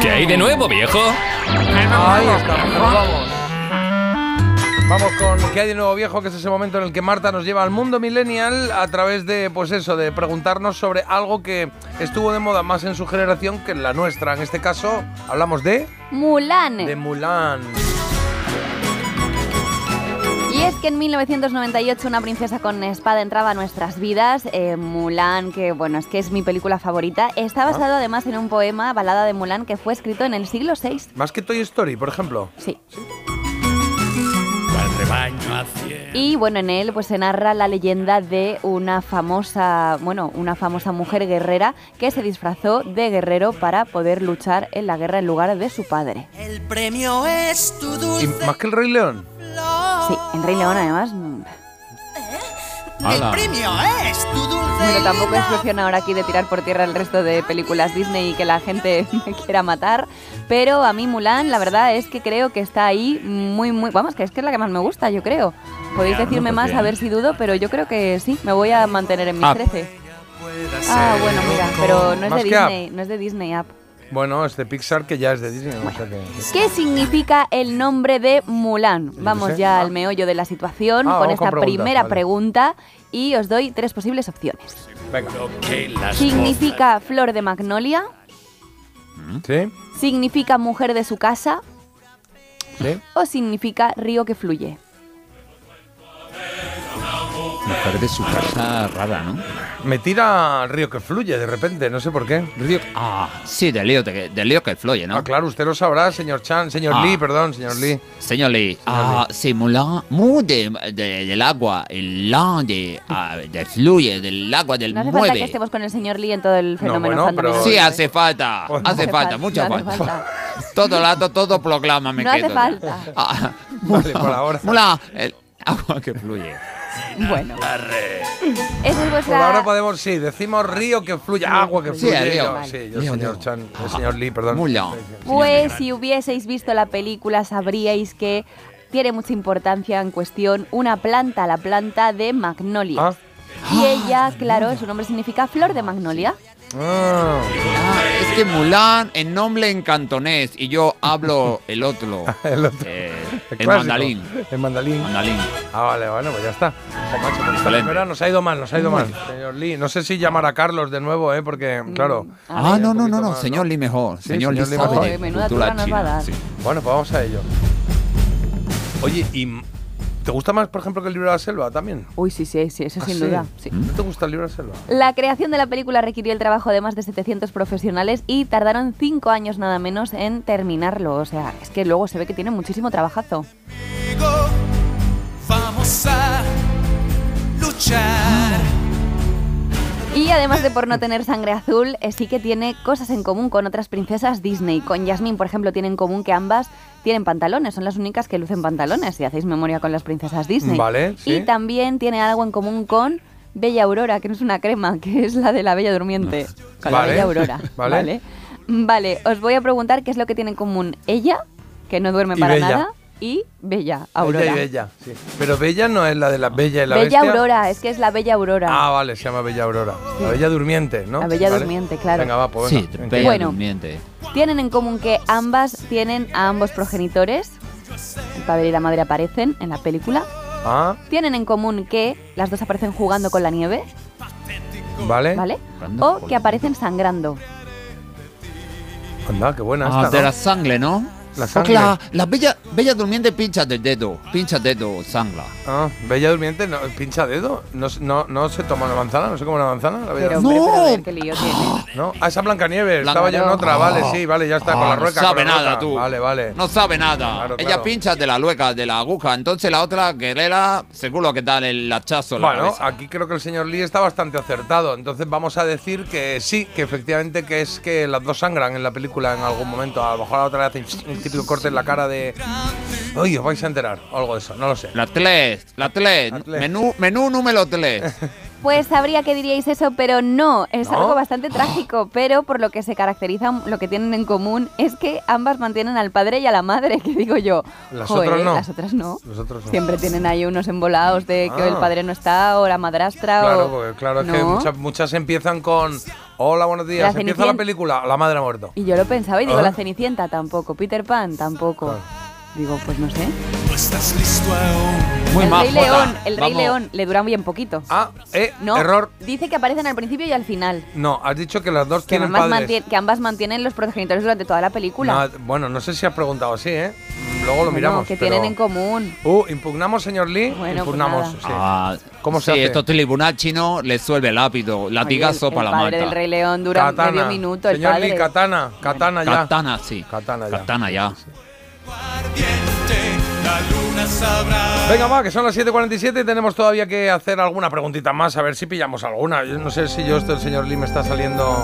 ¿Qué hay Ah. de nuevo, viejo? Ahí estamos, vamos. Vamos con ¿Qué hay de nuevo viejo? Que es ese momento en el que Marta nos lleva al mundo millennial a través de, pues eso, de preguntarnos sobre algo que estuvo de moda más en su generación que en la nuestra. En este caso, hablamos de... Mulan. De Mulan. Y es que en 1998 una princesa con espada entraba a nuestras vidas, eh, Mulan, que bueno, es que es mi película favorita. Ah. Está basado además en un poema, Balada de Mulan, que fue escrito en el siglo VI. Más que Toy Story, por ejemplo. Sí. Al rebaño hacia- Y bueno, en él pues se narra la leyenda de una famosa, bueno, una famosa mujer guerrera que se disfrazó de guerrero para poder luchar en la guerra en lugar de su padre. El premio es tu Y dulce más que el Rey León. flor. Sí, en Rey León además. mm, Ala. El premio es tu dulce Bueno, tampoco es lila. cuestión ahora aquí de tirar por tierra el resto de películas Disney y que la gente me quiera matar, pero a mí Mulan la verdad es que creo que está ahí muy, muy... Vamos, que es que es la que más me gusta, yo creo. Podéis Ya, decirme no, más pues a bien. ver si dudo, pero yo creo que sí, me voy a mantener en mis Up. 13. Ah, bueno, mira, pero no es Más de que Up. Disney, no es de Disney App. Bueno, este Pixar que ya es de Disney. o sea que- ¿Qué significa el nombre de Mulan? Vamos sé. ya al meollo de la situación Ah, con vamos esta con preguntas, primera vale. pregunta y os doy tres posibles opciones. Venga. Que las ¿Significa flor de magnolia? ¿Sí? ¿Significa mujer de su casa ¿Sí? o significa río que fluye? Mujer de su casa rara, ¿no? Me tira al río que fluye de repente, no sé por qué. Río. Ah, sí, de lío, de, de lío que fluye, ¿no? Ah, claro, usted lo sabrá, señor Chan, señor Ah. Lee, perdón, señor Lee. Señor Lee, ah, sí, Mulan, mu de, de- del agua, el la de, ah, de fluye, del agua, del No hace falta mueve. que este estemos con el señor Lee en todo el fenómeno bueno, fandom. pero- Sí, Oye. hace falta, Pues no hace hace falta, fal- mucha no hace falta. Todo rato, todo proclama, me No hace quedo. falta. Ah, Vale, por ahora. Mulan, el agua que fluye. Bueno. Esa es Por ahora vuestra... podemos, sí, decimos río que fluye, agua que Sí, fluye. el río. yo- sí, yo, Río, señor río. Chan, el señor Lee, perdón. Mulan. Pues si hubieseis visto la película sabríais que tiene mucha importancia en cuestión una planta, la planta de magnolia. Ah. Y ella, claro, su nombre significa flor de magnolia. Ah, Ah, es que Mulan, el nombre en cantonés, y yo hablo el otro, el otro. eh, el clásico. mandalín. El mandalín. Mandalín. Ah, vale, bueno, pues ya está. Joder, macho, pero esta Excelente. primera nos ha ido mal, nos ha ido mal, señor Lee. No sé si llamar a Carlos de nuevo, ¿eh? Porque, Mm, claro. Ah, ver, no, un no, no, poquito no, más, señor Lee mejor. señor Lee señor Lee mejor. sabe Oye, de menuda cultura turra nos va a china, dar. sí. Bueno, pues vamos a ello. Oye, ¿y m- te gusta más, por ejemplo, que el libro de la selva también? Uy, sí, sí, sí, eso Ah, sin sí. duda. sí. ¿No te gusta el libro de la selva? La creación de la película requirió el trabajo de más de 700 profesionales y tardaron 5 años nada menos en terminarlo. O sea, es que luego se ve que tiene muchísimo trabajazo. Digo, Vamos a luchar. Y además de por no tener sangre azul, eh, sí que tiene cosas en común con otras princesas Disney. Con Jasmine, por ejemplo, tiene en común que ambas tienen pantalones, son las únicas que lucen pantalones, si hacéis memoria con las princesas Disney. Vale, sí. Y también tiene algo en común con Bella Aurora, que no es una crema, que es la de la Bella Durmiente. Con la Vale, Bella Aurora. vale. vale. Vale, os voy a preguntar qué es lo que tiene en común ella, que no duerme Y para Bella. nada, y Bella Aurora. Bella y Bella, sí. Pero Bella no es la de la Bella y la Bella Bestia. Aurora, es que es la Bella Aurora. Ah, vale, se llama Bella Aurora. La Bella Durmiente, ¿no? La Bella Vale. Durmiente, claro. Venga, va, pues Sí, venga. bella Venga. Bueno. durmiente. Tienen en común que ambas tienen a ambos progenitores. El padre y la madre aparecen en la película. Ah, Tienen en común que las dos aparecen jugando con la nieve, vale. ¿vale? Jugando O con que la aparecen sangrando. Anda, qué buena Ah, esta, de ¿no? la sangre, ¿no? La Ah, sangre. claro, la bella, bella durmiente pincha de dedo, pincha dedo, sangre. Ah, Bella Durmiente, no, pincha dedo. No, se- no, no se toma una manzana, no se come una manzana. La Bella Pero, Durmiente. ¡No! hombre, pero a ver qué lío tiene. No, ah, esa Blancanieves, Blanca- estaba yo en otra, vale, sí, vale, ya está, Ah, con la rueca. No sabe con la nada rueca. tú. Vale, vale. No sabe nada. Claro, Ella claro. pincha de la rueca, de la aguja. Entonces la otra guerrera, seguro que da el hachazo. en la Bueno, cabeza. aquí creo que el señor Lee está bastante acertado. Entonces vamos a decir que sí, que efectivamente que es que las dos sangran en la película en algún momento. A lo mejor a la otra le hace un típico corte en la cara de. Oye, os vais a enterar. O algo de eso, no lo sé. La 3, la 3, La tres. menú, menú número 3. Pues sabría que diríais eso, pero no. Es ¿No? algo bastante trágico, pero por lo que se caracterizan, lo que tienen en común es que ambas mantienen al padre y a la madre, que digo yo. Las Joder, otras no. Las otras no. Los otros no. Siempre tienen ahí unos embolados de que Ah. el padre no está o la madrastra Claro, o... porque claro, es que No. muchas, muchas empiezan con Hola, buenos días. Empieza La la Cenicienta. película. La madre ha muerto. Y yo lo pensaba y digo, ¿Ah? la Cenicienta tampoco, Peter Pan tampoco. Claro. Digo, pues no sé. No estás listo aún. Muy el majota. Rey León, el Rey Vamos. León, le dura bien poquito. Ah, eh, no, error. dice que aparecen al principio y al final. No, has dicho que las dos Que tienen ambas, padres. mantien- que ambas mantienen los progenitores durante toda la película. No, bueno, no sé si has preguntado así, ¿eh? Mm, Luego lo Bueno, miramos. que pero- tienen en común. Uh, impugnamos, señor Lee. Bueno, pues impugnamos. nada. sí. Ah, ¿Cómo sí, se hace? esto tribunal chino le suelve lápido, latigazo Oye, el- para la El padre manta. del Rey León dura Katana. medio minuto, el señor padre. Lee, katana. Katana ya. Katana, sí. Katana ya. Katana ya. Ardiente, la luna sabrá. Venga, va, que son las 7.47 y tenemos todavía que hacer alguna preguntita más, a ver si pillamos alguna. Yo no sé si yo, esto, el señor Lee, me está saliendo.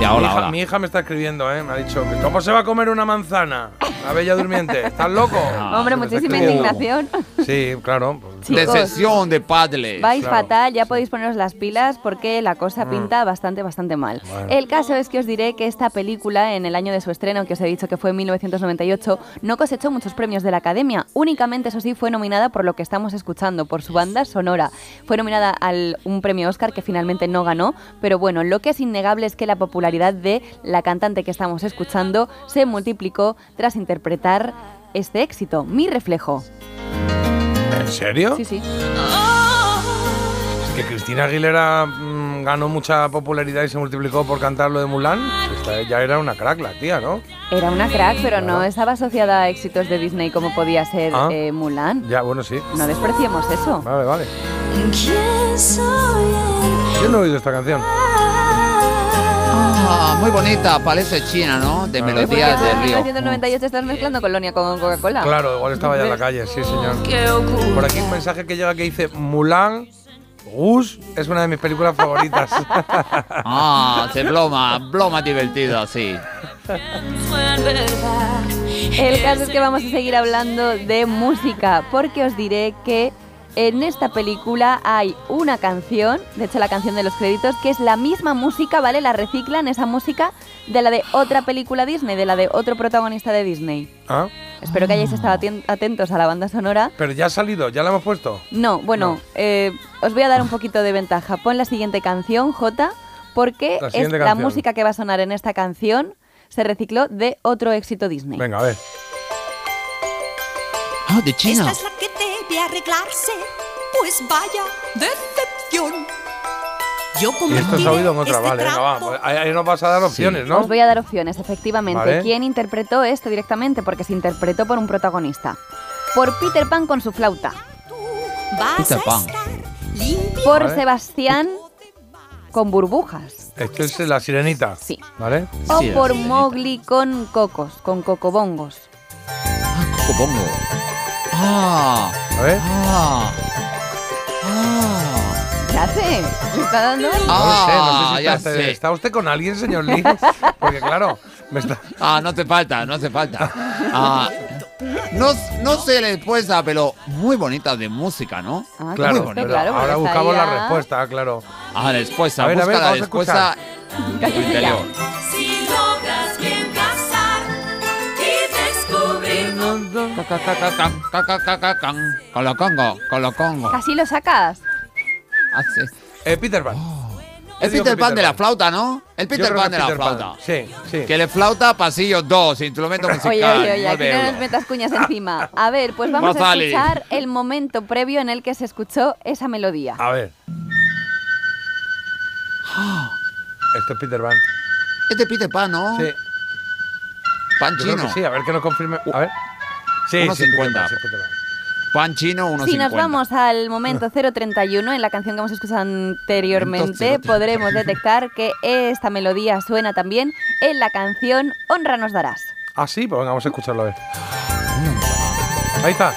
Ya, mi, hola, hija, hola. mi hija me está escribiendo, ¿eh? Me ha dicho, ¿cómo se va a comer una manzana? La bella durmiente, ¿estás loco? Ah, Hombre, Se me está muchísima escribiendo. indignación. Sí, claro. pues, Chicos. Decepción de padres. Vais claro. Mm. fatal, ya podéis poneros las pilas porque la cosa pinta bastante, bastante mal. Bueno. El caso es que os diré que esta película, en el año de su estreno, que os he dicho que fue en 1998, no cosechó muchos premios de la Academia. Únicamente, eso sí, fue nominada por lo que estamos escuchando, por su banda sonora. Fue nominada al un premio Oscar que finalmente no ganó, pero bueno, lo que es innegable es que la popularidad de la cantante que estamos escuchando se multiplicó tras interpretar este éxito, Mi Reflejo. ¿En serio? Sí, sí. Es que Cristina Aguilera mm, ganó mucha popularidad y se multiplicó por cantar lo de Mulan. Esta ya era una crack la tía, ¿no? Era una crack, pero no estaba asociada a éxitos de Disney como podía ser Ah. eh, Mulan. Ya, bueno, sí. No despreciemos eso. Vale, vale. Yo no he oído esta canción. Ah, muy bonita, parece china, ¿no? De Ah. Porque melodías tú en del río. 1998 estás mezclando colonia con Coca-Cola. Claro, igual estaba Pues, ya en la calle, sí, señor. Por aquí un mensaje que llega que dice Mulan. Gus es una de mis películas favoritas. Ah, se bloma, bloma divertida, sí. El caso es que vamos a seguir hablando de música, porque os diré que en esta película hay una canción, de hecho la canción de los créditos, que es la misma música, ¿vale? La reciclan, esa música de la de otra película Disney, de la de otro protagonista de Disney. Ah, Espero que hayáis estado aten- atentos a la banda sonora. Pero ya ha salido, ya la hemos puesto. No, bueno, No. eh, os voy a dar un poquito de ventaja. Pon la siguiente canción, J, porque La es siguiente la canción. música que va a sonar en esta canción se recicló de otro éxito Disney. Venga, a ver. Ah, de China. Esta es la que debe arreglarse, pues vaya decepción. Yo Y esto se convertiré ha oído en otra, este vale. Venga, va. trapo pues Ahí, ahí nos vas a dar opciones, ¿no? Os voy a dar opciones, efectivamente. Vale. ¿Quién interpretó esto directamente? Porque se interpretó por un protagonista. Por Peter Pan con su flauta. tú eh. vas Peter a Pan. estar limpio. Por Vale. Sebastián con burbujas. Esto es eh, la sirenita. Sí. ¿Vale? O Sí, la por sirenita. Mowgli con cocos, con cocobongos. Ah, Cocobongo. Ah, A ver. ah, ah. ¿Qué hace? ¿Me está dando? No lo sé, el- no sé Ah, si ya está, sé. ¿está usted con alguien, señor Lee? Porque claro, me está. Ah, no hace falta, no hace falta. Ah, no, no sé la respuesta, pero muy bonita de música, ¿no? Ah, qué Claro, bonito, pero claro, porque ahora está buscamos ahí la ya. respuesta, claro. Ah, la respuesta, A ver, a busca ver, la vamos a respuesta en tu Cállate ya. interior. Si logras bien casar y descubrir Ca, ca, ca, can, ca, ca, ca, ca, can. Colocongo, colocongo. Casi lo sacas. Ah, sí. Eh, Peter Pan. El digo Peter que Pan de la Pan. flauta, ¿no? El Yo Ah, Peter creo que Pan de la Peter Pan. flauta. Sí, sí. Que le flauta pasillo 2, instrumento musical. Oye, oye, oye, aquí nueve no nos euros. metas cuñas encima. A ver, Mm. pues vamos No a sale. escuchar el momento previo en el que se escuchó esa melodía. A ver. Ah. Esto es Peter Pan. Este Peter Pan, ¿no? Sí, Pan yo creo que chino. sí, a ver que nos confirme. A ver. Sí, sí, 1,50. sí, Peter Pan. Pan chino 1.50. Si nos vamos al momento 031, en la canción que hemos escuchado anteriormente, Momento podremos detectar que esta melodía suena también en la canción Honra nos darás. Ah, sí, pues venga, vamos a escucharlo a ver. Ahí está.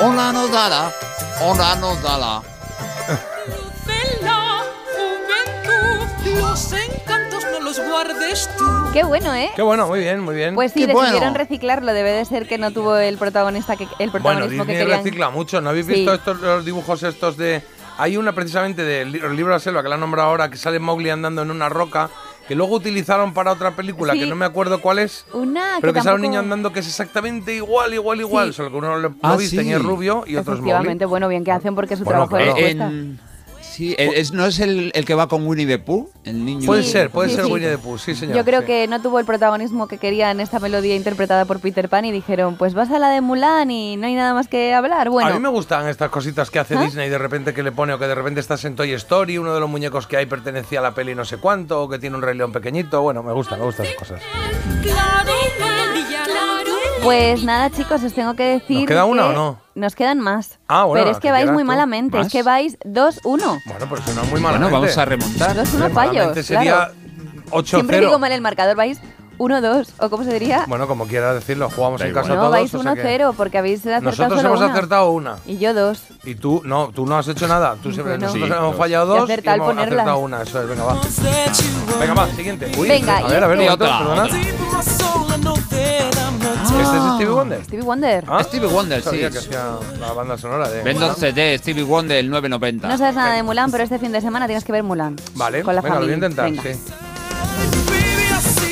Hola nos dará. Hola nos dará. de la juventud. Los encantos no los guardes tú. Qué bueno, ¿eh? Qué bueno, muy bien, muy bien. Pues sí, Qué decidieron bueno. reciclarlo. Debe de ser que no tuvo el protagonista que el bueno, protagonismo Disney que querían. recicla mucho. ¿No habéis Sí. visto estos los dibujos estos de hay una precisamente del li- el libro de la selva que la han nombrado ahora que sale Mowgli andando en una roca que luego utilizaron para otra película Sí. que no me acuerdo cuál es. Una Pero que sale un tampoco- niño andando que es exactamente igual, igual, igual. Sí. Solo que uno lo, lo Ah, visten y es sí. rubio y otro es Mowgli. Efectivamente, bueno, bien que hacen porque su Bueno, trabajo claro. les Eh, cuesta. en- Sí, el- es- ¿No es el, el que va con Winnie the Pooh? El niño. Puede Sí, ser, puede sí, ser sí. Winnie the Pooh, sí, señor. Yo creo sí. que no tuvo el protagonismo que quería en esta melodía interpretada por Peter Pan y dijeron, pues vas a la de Mulan y no hay nada más que hablar. Bueno, A mí me gustan estas cositas que hace Disney de repente que le pone o que de repente estás en Toy Story, uno de los muñecos que hay pertenecía a la peli no sé cuánto, o que tiene un rey león pequeñito. Bueno, me gusta, me gustan esas cosas. pues nada chicos, os tengo que decir... ¿Nos queda una que o no? Nos quedan más. Ah, bueno, Pero las es que que vais quieras muy tú. malamente, ¿Más? es que vais 2-1. Bueno, pero suena muy mal. Bueno, vamos a remontar. 2-1 fallos. sería claro. 8-0. Siempre digo mal el marcador, vais 1-2 o como se diría... Bueno, como quieras decirlo, jugamos Da en igual. casa no, todos. vais o sea que- 1-0 porque habéis acertado Nosotros solo hemos una. acertado una. Y yo dos. Y tú, no, tú no has hecho nada. Tú siempre, Bueno. nosotros Sí, hemos dos. fallado Y dos y, acertar hemos ponerlas. acertado una. Eso es, venga, va. Venga, va, siguiente. Uy, Venga, a y ver, a ver, este- un Y otra, momento, perdona. otra. ¿Este es Stevie Wonder? Stevie Wonder. ¿Ah? Stevie Wonder, Sabía sí. que hacía la banda sonora de... Vendo CD, Stevie Wonder, el 990. No sabes nada de Mulan, pero este fin de semana tienes que ver Mulan. Ah, Vale, con la venga, lo voy a familia. intentar, Venga. sí.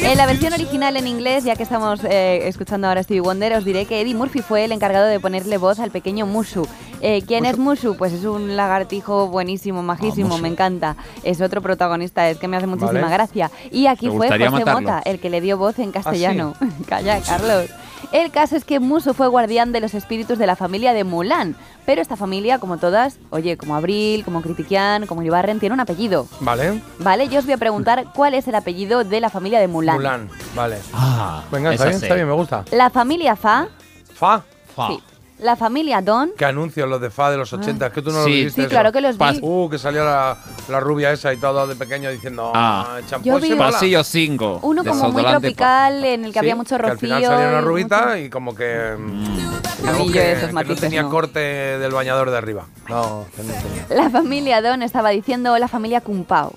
En Eh, la versión original en inglés, ya que estamos eh, escuchando ahora a Stevie Wonder, os diré que Eddie Murphy fue el encargado de ponerle voz al pequeño Mushu. Eh, ¿Quién es Mushu? Pues es un lagartijo Ah, buenísimo, majísimo, me encanta. Es otro protagonista, es que me hace muchísima Vale. gracia. Y aquí Me fue José gustaría matarlo. Ah, Mota, el que le dio voz en castellano. Calla, Carlos. El caso es que Mushu fue guardián de los espíritus de la familia de Mulan. Pero esta familia, como todas, oye, como Abril, como Critiquian, como Ibarren, tiene un apellido. Vale. Vale, yo os voy a preguntar cuál es el apellido de la familia de Mulan. Mulan. Vale. Ah, Venga, está esa bien, sé. está bien, me gusta. La familia Fa, Fa. Fa. sí. La familia Don, Que anuncios los de Fa de los 80, que tú no Sí. lo viviste Ah. Sí, eso. claro que los vi. Pas- Uh, que salió la, la rubia esa y todo de pequeño diciendo... Ah, Ah. champú Yo vi- se mola". Pasillo 5. uno como muy desodorante pa- tropical en el que había Sí, mucho que rocío. al final salió una y mucho- rubita y como que... mm, A como mí yo que, esos que no matices tenía no. corte del bañador de arriba. No, que no tenía. La familia Don estaba diciendo la familia Kumpao.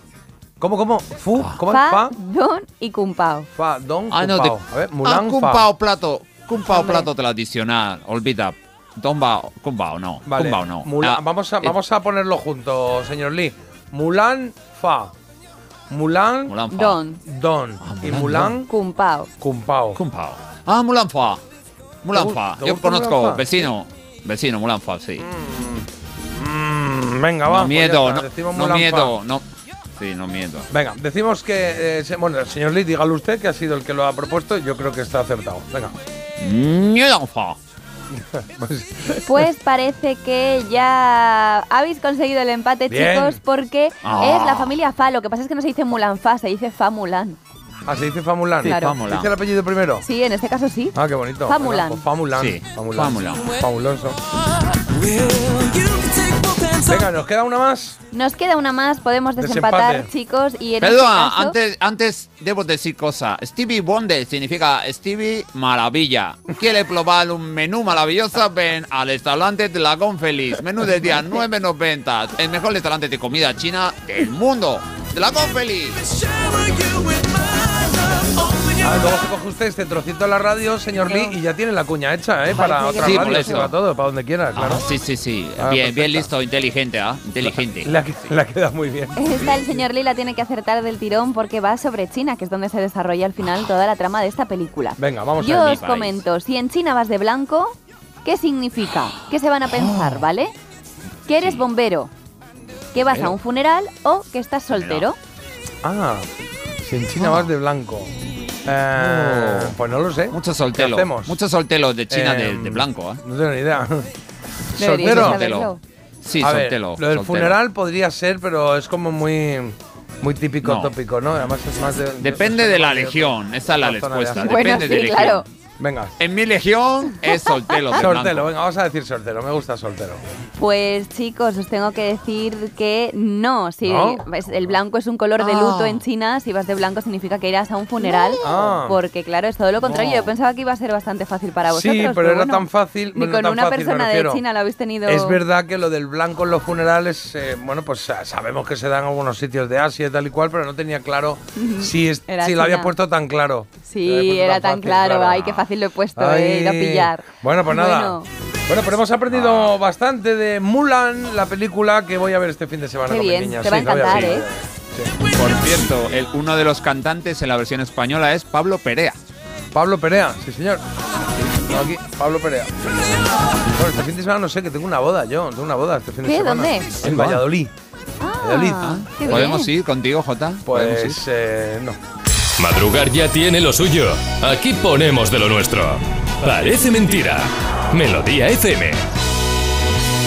¿Cómo, cómo? ¿Fu? ¿Cómo es? Fa, Fa. Don y Kumpao. Fa, don, Ah, no, te... Cupao. A ver, Mulan, ah, Fa. cumpao plato. Cumpao plato tradicional. Olvida. Dombao, cumbao no. Vale. Cumbao no. Mulan- Ah, vamos, a, eh, vamos a ponerlo juntos, señor Lee. Mulan, Fa. Mulan, Mulan fa. Don, Don. Ah, y Mulan, Mulan, Kumpao. Cumpao. Cumpao. Ah, Mulan Fa. Mulan ¿Te gu- Fa. te Yo gusta conozco, Mulan Fa? vecino. Vecino, Mulan Fa, sí. Mm, venga, va. no pues ya miedo, está, no, decimos no Mulan, miedo, Fa. no. Sí, no miedo. Venga, decimos que. eh, se- bueno, el señor Lee, dígalo usted que ha sido el que lo ha propuesto y yo creo que está acertado. Venga. Mm. Miedo Fa. Pues parece que ya habéis conseguido el empate, Bien. chicos, porque Ah. es la familia Fa. Lo que pasa es que no se dice Mulan Fa, se dice Fa Mulan. Así dice Fa Mulan. Claro. Fa Mulan. Dice el apellido primero. Sí, en este caso sí. Ah, qué bonito. Fa Venga, Mulan. pues Fa Mulan. Sí, Fa Mulan. Fa Mulan. Fabuloso. Venga, nos queda una más. Nos queda una más, podemos Desempate. desempatar, chicos, y en Perdón, este caso... antes, antes debo decir cosa. Stevie Wonder significa Stevie Maravilla. Quiere probar un menú maravilloso, ven al restaurante Dragón Feliz. Menú del día 9.90. El mejor restaurante de comida china del mundo. Dragón Feliz. Ah, luego se coge usted este trocito de la radio, señor Lee, y ya tiene la cuña hecha, ¿eh? Para parece otra que- Sí, por radio, eso. para todo, para donde quiera, claro. Ah, sí, sí, sí. Ah, bien, perfecta. bien listo, inteligente, ¿ah? Inteligente. La, que- la queda muy bien. Esta el señor Lee la tiene que acertar del tirón porque va sobre China, que es donde se desarrolla al final toda la trama de esta película. Venga, vamos Yo a ver. os comento, si en China vas de blanco, ¿qué significa? ¿Qué se van a Ah. pensar, vale? Que eres bombero, que vas a un funeral o que estás soltero. Ah, si en China vas de blanco. Eh, Pues no lo sé. Muchos ¿Qué solteros. hacemos? Muchos solteros de China de, Eh, de blanco, ¿ah? No tengo ni idea. Deberíais Soltero. saberlo. Soltero. Sí, A ver, soltero. lo del soltero. funeral podría ser, pero es como muy, muy típico No. tópico, ¿no? Además es más de, Depende de la legión, esa es la zona Ah, de respuesta. Asia. Bueno, Depende de sí, legión. claro. Venga. En mi legión es soltero. de Sortelo, blanco. venga, vamos a decir sortelo. Me gusta sortelo. Pues chicos, os tengo que decir que no. Si ¿No? ves, el blanco es un color de luto en China, si vas de blanco significa que irás a un funeral. Ah. Porque claro, es todo lo contrario. Yo pensaba que iba a ser bastante fácil para Sí, vosotros. pero era bueno, tan fácil, Ni bueno, con tan una fácil, me persona de refiero. China lo habéis tenido. Es verdad que lo del blanco en los funerales, eh, bueno, pues sa- sabemos que se da en algunos sitios de Asia y tal y cual, pero no tenía claro si, es- Era si lo habías China. puesto tan claro. Lo habías Sí, puesto era tan fácil, claro. Ay, qué fácil lo he puesto, eh, ir a Ay. pillar. Bueno, pues nada. Bueno, Ah. Bueno, pero hemos aprendido bastante de Mulan, la película que voy a ver este fin de semana Qué con bien, mi niña. te va a Sí, la voy encantar, ver. ¿eh? Por cierto, el- uno de los cantantes en la versión española es Pablo Perea. Pablo Perea, sí señor. Tengo aquí, Pablo Perea. Bueno, este fin de semana no sé, que tengo una boda yo, tengo una boda este fin de ¿Qué? semana. ¿Dónde? En Valladolid. Ah, Valladolid. Qué ¿Podemos bien. ir contigo, Jota? ¿Podemos ir? Pues eh, no. Madrugar ya tiene lo suyo. Aquí ponemos de lo nuestro. Parece mentira. Melodía FM.